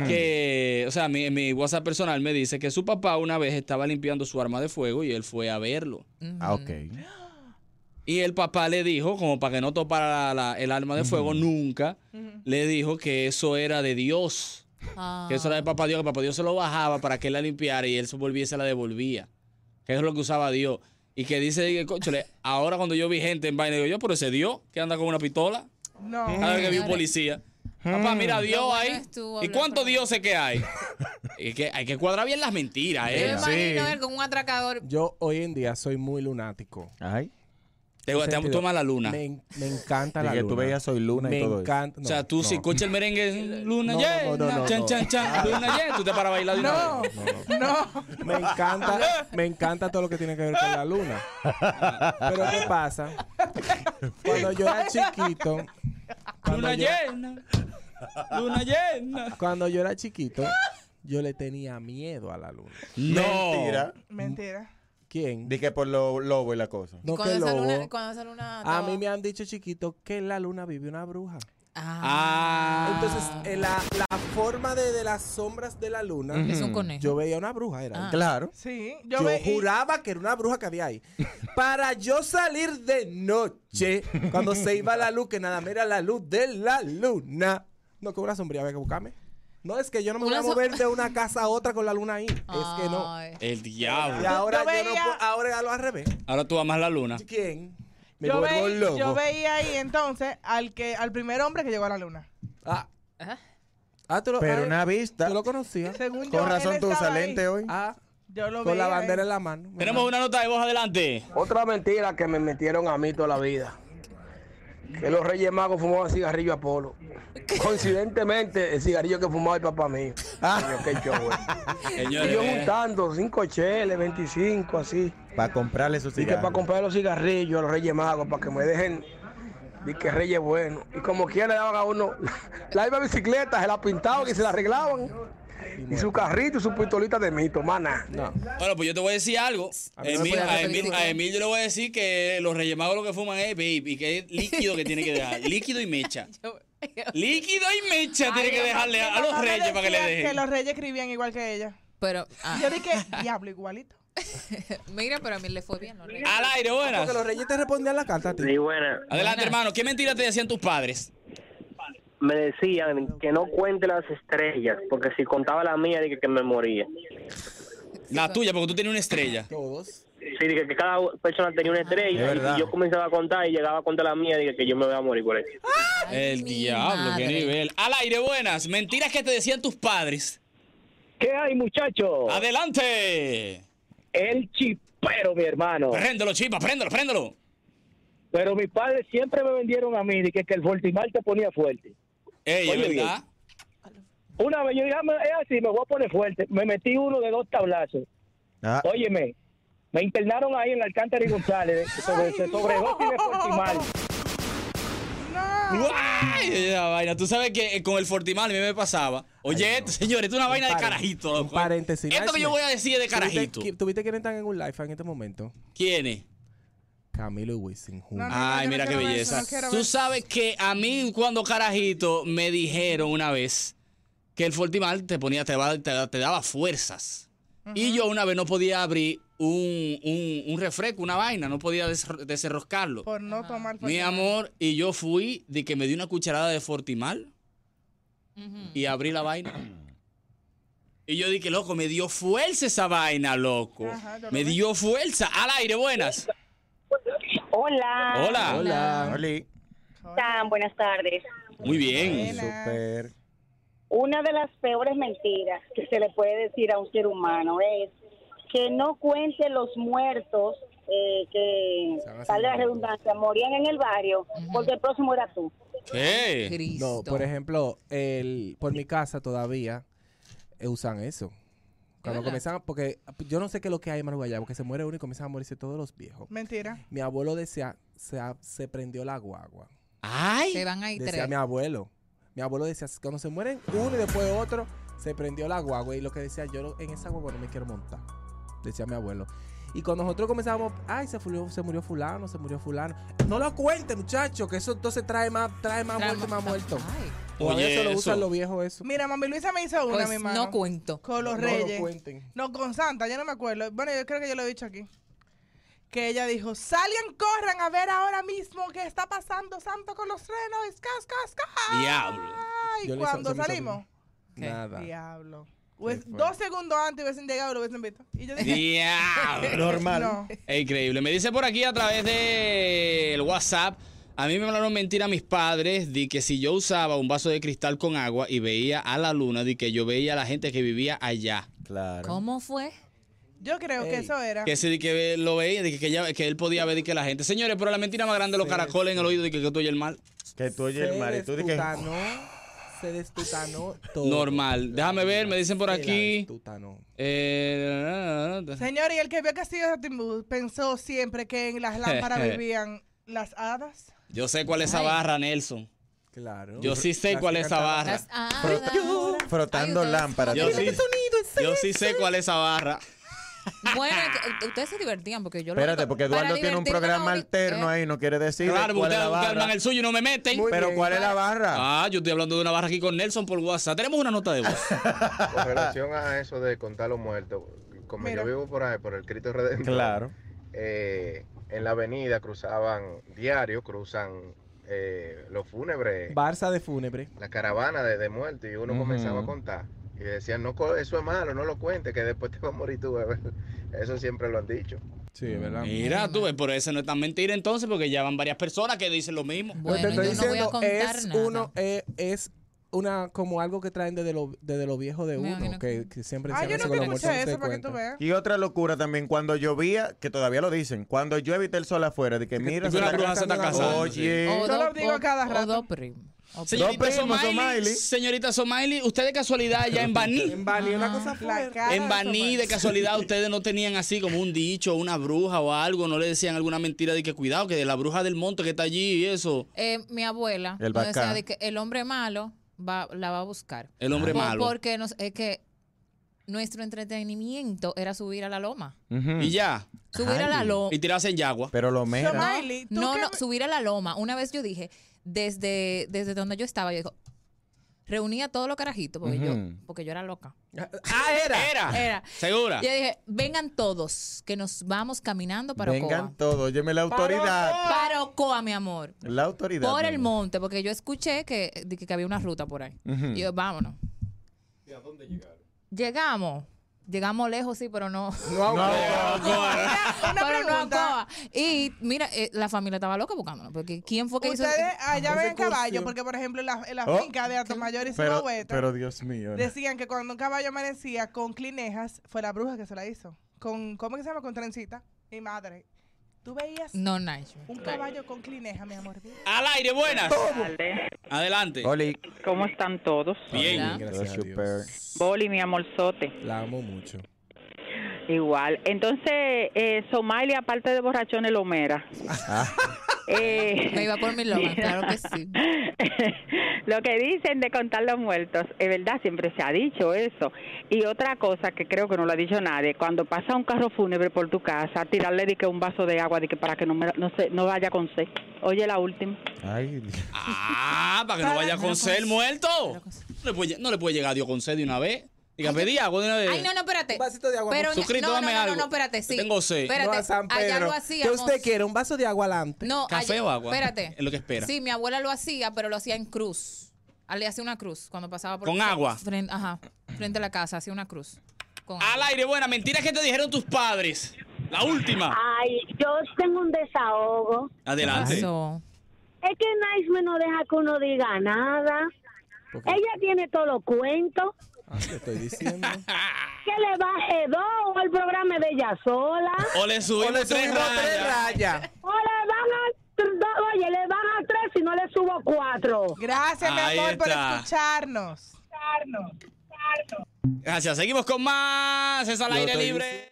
[SPEAKER 2] que, o sea, mi, mi WhatsApp personal me dice que su papá una vez estaba limpiando su arma de fuego y él fue a verlo.
[SPEAKER 3] Mm.
[SPEAKER 4] Ah, ok.
[SPEAKER 2] Y el papá le dijo, como para que no topara la- la- el arma de fuego nunca, le dijo que eso era de Dios.
[SPEAKER 5] Ah.
[SPEAKER 2] Que eso era de papá Dios, que papá Dios se lo bajaba para que él la limpiara y él se volvía y se la devolvía. Que eso es lo que usaba Dios. Y que dice, conchole, ahora cuando yo vi gente en vaina, digo yo, pero ese Dios que anda con una pistola.
[SPEAKER 3] No.
[SPEAKER 2] Cada vez que vi un policía.
[SPEAKER 6] Hmm.
[SPEAKER 2] Papá, mira, Dios
[SPEAKER 5] Lo bueno
[SPEAKER 2] ahí.
[SPEAKER 5] es tú
[SPEAKER 2] ¿Y
[SPEAKER 5] hablar
[SPEAKER 2] cuántos dioses que hay? es que hay que cuadrar bien las mentiras,
[SPEAKER 5] Yo me
[SPEAKER 2] ¿eh?
[SPEAKER 5] imagino él con un atracador.
[SPEAKER 6] Yo hoy en día soy muy lunático.
[SPEAKER 4] Ay.
[SPEAKER 2] Te, te
[SPEAKER 6] Sentido.
[SPEAKER 2] toma la luna.
[SPEAKER 6] Me, en- me encanta
[SPEAKER 4] Y
[SPEAKER 6] la
[SPEAKER 4] que
[SPEAKER 6] luna.
[SPEAKER 4] tú veías Soy Luna y
[SPEAKER 6] me
[SPEAKER 4] todo eso.
[SPEAKER 6] encanta.
[SPEAKER 2] o sea, tú si escuchas el merengue, "Mm, luna
[SPEAKER 6] No,
[SPEAKER 2] llena,
[SPEAKER 6] no, no, no,
[SPEAKER 2] chan,
[SPEAKER 6] no. Ah.
[SPEAKER 2] chan, chan, luna llena, tú te paras a bailar de una vez.
[SPEAKER 3] No, no.
[SPEAKER 6] Me encanta, me encanta todo lo que tiene que ver con la luna. Pero ¿qué pasa? Cuando yo era chiquito. cuando
[SPEAKER 2] Luna
[SPEAKER 6] yo-
[SPEAKER 2] llena. Luna llena.
[SPEAKER 6] Cuando yo era chiquito, yo le tenía miedo a la luna.
[SPEAKER 4] Mentira.
[SPEAKER 6] Mm.
[SPEAKER 3] Mentira.
[SPEAKER 6] ¿Quién?
[SPEAKER 4] Dije por lo lobo y la cosa.
[SPEAKER 6] No, que
[SPEAKER 5] Cuando esa luna,
[SPEAKER 6] lobo.
[SPEAKER 5] cuando esa luna
[SPEAKER 6] A
[SPEAKER 5] estaba-
[SPEAKER 6] mí me han dicho chiquito que en la luna vive una bruja.
[SPEAKER 2] Ah.
[SPEAKER 6] Entonces, eh, la, la forma de, de las sombras de la luna.
[SPEAKER 5] Es un conejo.
[SPEAKER 6] Yo veía una bruja, era.
[SPEAKER 5] Ah.
[SPEAKER 4] Claro.
[SPEAKER 3] Sí,
[SPEAKER 6] Yo,
[SPEAKER 3] yo, ve- y-
[SPEAKER 6] juraba que era una bruja que había ahí. Para yo salir de noche, cuando se iba la luz, que nada más era la luz de la luna. No, que una sombría había que buscarme. No, es que yo no me voy
[SPEAKER 5] Una
[SPEAKER 6] a
[SPEAKER 5] som-
[SPEAKER 6] mover de una casa a otra con la luna ahí. Es que no.
[SPEAKER 5] Ay.
[SPEAKER 2] El
[SPEAKER 6] Y
[SPEAKER 2] diablo.
[SPEAKER 6] ahora
[SPEAKER 3] Yo
[SPEAKER 6] yo no
[SPEAKER 3] veía-
[SPEAKER 6] puedo- ahora a lo al revés.
[SPEAKER 2] Ahora tú amas la luna.
[SPEAKER 6] ¿Quién? Me
[SPEAKER 3] yo,
[SPEAKER 6] vuelvo
[SPEAKER 3] ve-
[SPEAKER 6] loco.
[SPEAKER 3] yo veía ahí entonces al que al primer hombre que llegó a la luna.
[SPEAKER 6] Ah. Ah, tú lo,
[SPEAKER 4] Pero
[SPEAKER 6] ah,
[SPEAKER 4] una vista.
[SPEAKER 6] tú lo conocías.
[SPEAKER 3] Según yo,
[SPEAKER 4] Con
[SPEAKER 3] él
[SPEAKER 4] razón tú
[SPEAKER 3] estaba
[SPEAKER 4] usas
[SPEAKER 3] ahí.
[SPEAKER 4] lente hoy.
[SPEAKER 6] Ah,
[SPEAKER 3] Yo lo
[SPEAKER 6] con la
[SPEAKER 3] veía,
[SPEAKER 6] bandera
[SPEAKER 3] eh.
[SPEAKER 6] en la mano.
[SPEAKER 2] Tenemos una nota de voz adelante.
[SPEAKER 9] Otra mentira que me metieron a mí toda la vida. Que los Reyes Magos fumaban cigarrillo Apolo. Coincidentemente, el cigarrillo que fumaba el papá mío. Coño, qué show, güey.
[SPEAKER 2] Señores,
[SPEAKER 9] y yo
[SPEAKER 2] eh.
[SPEAKER 9] juntando 5 cheles, 25, así.
[SPEAKER 4] Para comprarle esos
[SPEAKER 9] Y que para
[SPEAKER 4] cigarros.
[SPEAKER 9] comprar los cigarrillos a los Reyes Magos, para que me dejen. Y que Reyes bueno. Y como quiera le daban a uno la misma bicicleta, se la pintaban y se la arreglaban. Y su carrito y su pistolita de mito, mana.
[SPEAKER 2] Bueno, pues yo te voy a decir algo.
[SPEAKER 9] mí no me
[SPEAKER 2] Emil-
[SPEAKER 9] puede
[SPEAKER 2] a,
[SPEAKER 9] hacer
[SPEAKER 2] Emil,
[SPEAKER 9] feliz.
[SPEAKER 2] a Emil yo le voy a decir que los reyes magos lo que fuman es vape y que es líquido que tiene que dejar. Líquido y mecha. Líquido y mecha
[SPEAKER 5] Ay,
[SPEAKER 2] tiene que
[SPEAKER 5] mi
[SPEAKER 2] dejarle
[SPEAKER 5] mamá,
[SPEAKER 2] a
[SPEAKER 5] mi
[SPEAKER 2] los
[SPEAKER 3] Mamá me
[SPEAKER 2] reyes para que le
[SPEAKER 3] decía
[SPEAKER 2] dejen.
[SPEAKER 3] los reyes escribían igual que ella.
[SPEAKER 5] Pero, ah,
[SPEAKER 3] Y yo dije, diablo, igualito.
[SPEAKER 5] mira, pero a mí le fue bien. ¿no?
[SPEAKER 6] Ah,
[SPEAKER 2] Al aire, buenas.
[SPEAKER 6] Porque los reyes te respondían la carta a ti.
[SPEAKER 9] buena.
[SPEAKER 2] Adelante, hermano. ¿Qué mentira te decían tus padres?
[SPEAKER 9] Me decían que no cuente las estrellas, porque si contaba la mía, dije que me moría.
[SPEAKER 2] La tuya, porque tú tienes una estrella.
[SPEAKER 6] Todos.
[SPEAKER 9] Sí, dije que cada persona tenía una
[SPEAKER 2] Es
[SPEAKER 9] estrella.
[SPEAKER 2] verdad.
[SPEAKER 9] y yo comenzaba a contar y llegaba a contar la mía. Dije que yo me voy a morir por eso.
[SPEAKER 2] El diablo, qué
[SPEAKER 9] madre.
[SPEAKER 2] nivel. Al aire, buenas. Mentiras que te decían tus padres.
[SPEAKER 12] ¿Qué hay, muchachos?
[SPEAKER 2] Adelante.
[SPEAKER 12] El chipero, mi
[SPEAKER 6] Oh.
[SPEAKER 12] hermano.
[SPEAKER 2] Préndelo, chipa, préndelo, préndelo.
[SPEAKER 12] Pero mis padres siempre me vendieron a mí de que, que el Fortimal te ponía fuerte.
[SPEAKER 2] Ey, es
[SPEAKER 12] Oye,
[SPEAKER 2] verdad.
[SPEAKER 12] Una vez yo dije, "Ah, me- es así, me voy a poner fuerte. Me metí uno de dos tablazos.
[SPEAKER 4] Ah.
[SPEAKER 12] Óyeme, me internaron ahí en Alcántara y González sobre, sobre sobredosis de Fortimal.
[SPEAKER 2] Ay, esa vaina. Tú sabes que eh, con el Fortimal a mí me pasaba. Oye, esto, señores, esto es una vaina de carajito. loco. eh.
[SPEAKER 6] Paréntesis.
[SPEAKER 2] Esto que yo
[SPEAKER 6] Naismith.
[SPEAKER 2] voy a decir es de
[SPEAKER 6] ¿Tuviste-
[SPEAKER 2] carajito.
[SPEAKER 6] qui- ¿Tuviste quién están en un live en este momento?
[SPEAKER 2] ¿Quién es?
[SPEAKER 6] Camilo y Wisin juntos.
[SPEAKER 2] Ay, mira qué belleza. Tú sabes que a mí cuando carajito me dijeron una vez que el Fortimal te ponía, te, va- te- te daba fuerzas. Y yo una vez no podía abrir un, un, un refresco, una vaina, no podía des- desenroscarlo.
[SPEAKER 3] Por no tomar
[SPEAKER 2] Mi
[SPEAKER 3] Fortimal.
[SPEAKER 2] amor, y yo fui de que me di una cucharada de Fortimal y abrí la vaina. Y yo dije, loco, me dio fuerza esa vaina, loco.
[SPEAKER 11] Ajá, yo lo
[SPEAKER 2] me
[SPEAKER 11] vi.
[SPEAKER 2] dio fuerza. Al aire, buenas.
[SPEAKER 11] Hola.
[SPEAKER 2] Hola.
[SPEAKER 4] Oli.
[SPEAKER 11] ¿Cómo están? Buenas tardes.
[SPEAKER 2] Muy bien.
[SPEAKER 4] Super.
[SPEAKER 11] Una de las peores mentiras que se le puede decir a un ser humano es que no cuente los muertos eh, que,
[SPEAKER 6] hacer
[SPEAKER 11] tal la
[SPEAKER 6] muertos.
[SPEAKER 11] redundancia, morían en el barrio, porque el próximo era tú.
[SPEAKER 6] No, por ejemplo, el, por mi casa todavía eh, usan eso. Cuando
[SPEAKER 3] verdad?
[SPEAKER 6] comenzaban, porque yo no sé qué es lo que hay en Marugo allá, porque se muere uno y comienzan a morirse todos los viejos.
[SPEAKER 3] Mentira.
[SPEAKER 6] Mi abuelo decía, se, a- se prendió la guagua.
[SPEAKER 2] ¡Ay!
[SPEAKER 5] Se van ahí
[SPEAKER 6] Decía
[SPEAKER 5] tres.
[SPEAKER 6] mi abuelo. Mi abuelo decía, cuando se mueren uno y después otro, se prendió la guagua. Y lo que decía, yo no- en esa guagua no me quiero montar. Decía mi abuelo. Y cuando nosotros comenzábamos, ay, se murió, se murió fulano, se murió fulano. No lo cuente, muchacho, que eso entonces trae más, trae más muerto y más muerto. Todavía
[SPEAKER 2] Oye,
[SPEAKER 6] eso lo usan
[SPEAKER 2] eso.
[SPEAKER 6] los viejos eso.
[SPEAKER 3] Mira, mami Luisa me hizo una,
[SPEAKER 6] Pues
[SPEAKER 3] mi
[SPEAKER 6] no
[SPEAKER 3] mano.
[SPEAKER 5] cuento.
[SPEAKER 3] Con los
[SPEAKER 6] No lo
[SPEAKER 3] reyes.
[SPEAKER 6] cuenten.
[SPEAKER 3] No, con Santa, yo no me acuerdo. Bueno, yo creo que yo lo he dicho aquí. Que ella dijo, salgan, corran a ver ahora mismo qué está pasando Santa con los renos. Cas, cas, cas.
[SPEAKER 2] Diablo.
[SPEAKER 3] Ay,
[SPEAKER 6] Yo le hice- Ah.
[SPEAKER 3] cuando
[SPEAKER 6] se me hizo
[SPEAKER 3] salimos.
[SPEAKER 6] bien. Nada.
[SPEAKER 3] Diablo. Pues, dos segundos antes hubiesen llegado y lo hubiesen visto. Y yo dije,
[SPEAKER 2] Diablo.
[SPEAKER 3] Normal. No.
[SPEAKER 2] Es increíble. Me dice por aquí a través del WhatsApp. A mí me hablaron mentira mis padres de que si yo usaba un vaso de cristal con agua y veía a la luna, de que yo veía a la gente que vivía allá.
[SPEAKER 4] Claro.
[SPEAKER 5] ¿Cómo fue?
[SPEAKER 3] Yo creo que eso era.
[SPEAKER 2] Que sí, de que ve- lo veía, de que, ella- que él podía ver de que la gente. Señores, pero la mentira más grande, los caracoles en el oído, de que, que tú oyes el mal.
[SPEAKER 4] Que tú
[SPEAKER 6] Se destutanó, se destutanó todo.
[SPEAKER 2] Normal. Déjame ver, me dicen por aquí. Eh,
[SPEAKER 3] Señor, y el que vio Castillo de Timbú pensó siempre que en las lámparas vivían las hadas.
[SPEAKER 2] yo sé cuál es esa
[SPEAKER 3] Ay.
[SPEAKER 2] barra, Nelson.
[SPEAKER 6] Claro.
[SPEAKER 2] Yo sí sé cuál es esa barra.
[SPEAKER 5] ah,
[SPEAKER 4] Frotando lámparas.
[SPEAKER 2] Yo sí, yo sí sé cuál es esa barra.
[SPEAKER 5] Bueno, es que eh, ustedes se divertían porque yo lo
[SPEAKER 4] Espérate,
[SPEAKER 5] único-
[SPEAKER 4] porque
[SPEAKER 5] para
[SPEAKER 4] Eduardo tiene un
[SPEAKER 5] divertirme lo
[SPEAKER 4] programa
[SPEAKER 5] único-
[SPEAKER 4] alterno
[SPEAKER 5] eh,
[SPEAKER 4] ahí, no quiere decir
[SPEAKER 2] Claro,
[SPEAKER 4] cuál es
[SPEAKER 2] ustedes
[SPEAKER 4] la
[SPEAKER 2] ustedes
[SPEAKER 4] barra.
[SPEAKER 2] arman el suyo y no me meten.
[SPEAKER 4] Muy Pero, bien. ¿cuál es la barra?
[SPEAKER 2] Ah, yo estoy hablando de una barra aquí con Nelson por WhatsApp. Tenemos una nota de voz.
[SPEAKER 8] Con relación a eso de contar los muertos, como
[SPEAKER 2] Mira.
[SPEAKER 8] yo vivo por ahí, por el Cristo Redentor,
[SPEAKER 4] Claro.
[SPEAKER 8] eh, en la avenida cruzaban diario, cruzan eh, los fúnebres,
[SPEAKER 6] Barça de fúnebre.
[SPEAKER 8] la caravana de, de muertos, y uno comenzaba a
[SPEAKER 6] Ujú.
[SPEAKER 8] contar. Y decían, no, co- eso es malo, no lo cuentes, que después te vas a morir tú, bebé. Eso siempre lo han dicho.
[SPEAKER 6] Sí, ¿verdad?
[SPEAKER 2] Mira, tú ves, por eso no es tan mentira entonces, porque ya van varias personas que dicen lo mismo.
[SPEAKER 6] Pues te estoy diciendo, es uno, eh, es una como algo que traen desde lo, desde lo viejo de uno, que, que siempre
[SPEAKER 3] Ah,
[SPEAKER 6] se
[SPEAKER 3] yo no
[SPEAKER 6] hace
[SPEAKER 3] quiero
[SPEAKER 6] con los muertos,
[SPEAKER 3] escuchar
[SPEAKER 6] no
[SPEAKER 3] eso
[SPEAKER 6] se
[SPEAKER 3] para que tú
[SPEAKER 6] cuenta.
[SPEAKER 3] veas.
[SPEAKER 4] Y otra locura también, cuando llovía, que todavía lo dicen, cuando llueve y está el sol afuera, de que mira,
[SPEAKER 2] que una bruja se está casando,
[SPEAKER 4] Oye,
[SPEAKER 5] O
[SPEAKER 3] Yo lo
[SPEAKER 5] dos-
[SPEAKER 3] digo
[SPEAKER 5] o-
[SPEAKER 3] cada
[SPEAKER 5] o
[SPEAKER 3] rato.
[SPEAKER 5] dos primos. O
[SPEAKER 2] Señorita
[SPEAKER 5] primos.
[SPEAKER 2] Somaili, señorita Somaili, usted de casualidad ya en Baní. En
[SPEAKER 6] Baní,
[SPEAKER 3] Ah,
[SPEAKER 6] una cosa
[SPEAKER 2] En Baní, de casualidad, ustedes no tenían así como un dicho, una bruja o algo, no le decían alguna mentira de que cuidado, que de la bruja del monte que está allí y eso.
[SPEAKER 5] Eh, mi abuela
[SPEAKER 2] El
[SPEAKER 5] nos decía
[SPEAKER 2] bacá.
[SPEAKER 5] de que el hombre malo va, la va a buscar.
[SPEAKER 2] El hombre
[SPEAKER 5] Por-
[SPEAKER 2] malo.
[SPEAKER 5] Porque nos, es que nuestro entretenimiento era subir a la loma.
[SPEAKER 2] Y ya.
[SPEAKER 5] Subir a la loma.
[SPEAKER 2] Y tirarse en yagua.
[SPEAKER 4] Pero lo
[SPEAKER 5] No, no, no, subir a la loma. Una vez yo dije, desde, desde donde yo estaba, yo digo, reunía todos los carajitos, porque,
[SPEAKER 2] Ujú.
[SPEAKER 5] yo, porque yo era loca.
[SPEAKER 6] Ah, era.
[SPEAKER 5] Era. Era.
[SPEAKER 2] Segura.
[SPEAKER 5] Yo dije, vengan todos, que nos vamos caminando para
[SPEAKER 4] vengan
[SPEAKER 5] Ocoa.
[SPEAKER 4] todos, óyeme la autoridad.
[SPEAKER 5] Para Ocoa, mi amor.
[SPEAKER 4] La autoridad.
[SPEAKER 5] Por
[SPEAKER 4] mi
[SPEAKER 5] el
[SPEAKER 4] amor.
[SPEAKER 5] monte, porque yo escuché que, de que, que había una ruta por ahí.
[SPEAKER 4] Ujú.
[SPEAKER 5] Y yo, vámonos. Llegamos. Llegamos lejos, sí, pero no.
[SPEAKER 6] No a
[SPEAKER 5] Ocoa. Pero no a
[SPEAKER 3] pregunta.
[SPEAKER 5] Ocoa. Y mira, eh, la familia estaba loca buscándonos. Porque ¿quién fue que hizo?
[SPEAKER 3] Ustedes allá
[SPEAKER 5] Ah,
[SPEAKER 3] ven
[SPEAKER 5] recursión.
[SPEAKER 3] caballo, porque por ejemplo en la, en la
[SPEAKER 5] Oh.
[SPEAKER 3] finca de Atomayor y
[SPEAKER 4] Pero,
[SPEAKER 3] Silueta
[SPEAKER 4] pero Dios mío.
[SPEAKER 3] decían que cuando un caballo amanecía con clinejas fue la bruja que se la hizo. Con, ¿Cómo que se llama? Con trencita. Mi madre. Tú veías
[SPEAKER 5] No, Nacho.
[SPEAKER 3] un caballo con clineja, mi amor. mira.
[SPEAKER 2] Al aire, buenas. Adelante.
[SPEAKER 4] Oli.
[SPEAKER 13] ¿Cómo están todos?
[SPEAKER 2] Bien.
[SPEAKER 4] Gracias a Dios.
[SPEAKER 13] Boli, mi amorzote.
[SPEAKER 6] La amo mucho.
[SPEAKER 13] Igual. Entonces, eh, Somalia, aparte de borrachones, Lomera. Eh,
[SPEAKER 5] Me iba por mi loma, claro que sí.
[SPEAKER 13] Lo que dicen de contar los muertos, es verdad, siempre se ha dicho eso. Y otra cosa que creo que no lo ha dicho nadie, cuando pasa un carro fúnebre por tu casa, tirarle de que un vaso de agua de que para que no, me- no, se, no vaya con sed. Oye, la última.
[SPEAKER 2] Ay. Ah, para que no vaya con sed el muerto. No le, puede, no le puede llegar a Dios con sed de una vez. Diga, pedí agua de una vez.
[SPEAKER 5] Ay, no, no, espérate. Pero,
[SPEAKER 2] Jesucristo,
[SPEAKER 5] no, no,
[SPEAKER 2] dame
[SPEAKER 5] no, no,
[SPEAKER 2] algo.
[SPEAKER 5] no, espérate, sí.
[SPEAKER 2] Yo tengo sed.
[SPEAKER 5] Espérate, allá lo hacíamos.
[SPEAKER 6] ¿Qué usted quiere? ¿Un vaso de agua alante?
[SPEAKER 5] No,
[SPEAKER 2] ¿Café
[SPEAKER 5] allá-
[SPEAKER 2] o agua?
[SPEAKER 5] Espérate.
[SPEAKER 2] Es lo que espera.
[SPEAKER 5] Sí, mi abuela lo hacía, pero lo hacía en cruz. Ah, Le hacía una cruz cuando pasaba por
[SPEAKER 2] ¿Con agua?
[SPEAKER 5] Fren- ajá, frente a la casa, hacía una cruz. Con
[SPEAKER 2] Al aire, buena, mentiras que te dijeron tus padres. La última.
[SPEAKER 14] Ay, yo tengo un desahogo.
[SPEAKER 2] Adelante.
[SPEAKER 14] Es que Nice me no deja que uno diga nada. Ella tiene todos los cuentos.
[SPEAKER 6] Ah, Te estoy diciendo.
[SPEAKER 14] Que le baje dos al programa de ella sola.
[SPEAKER 2] O le subimos, tres, rayas.
[SPEAKER 14] O le van a... tr- do- Oye, le van a tres si no le subo cuatro.
[SPEAKER 3] Gracias, mi
[SPEAKER 2] Ahí
[SPEAKER 3] amor, por
[SPEAKER 2] está.
[SPEAKER 3] escucharnos.
[SPEAKER 2] Gracias. Seguimos con más. Es al aire libre.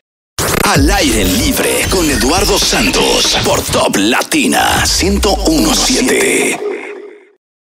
[SPEAKER 1] Al aire libre con Eduardo Santos por Top Latina 1017.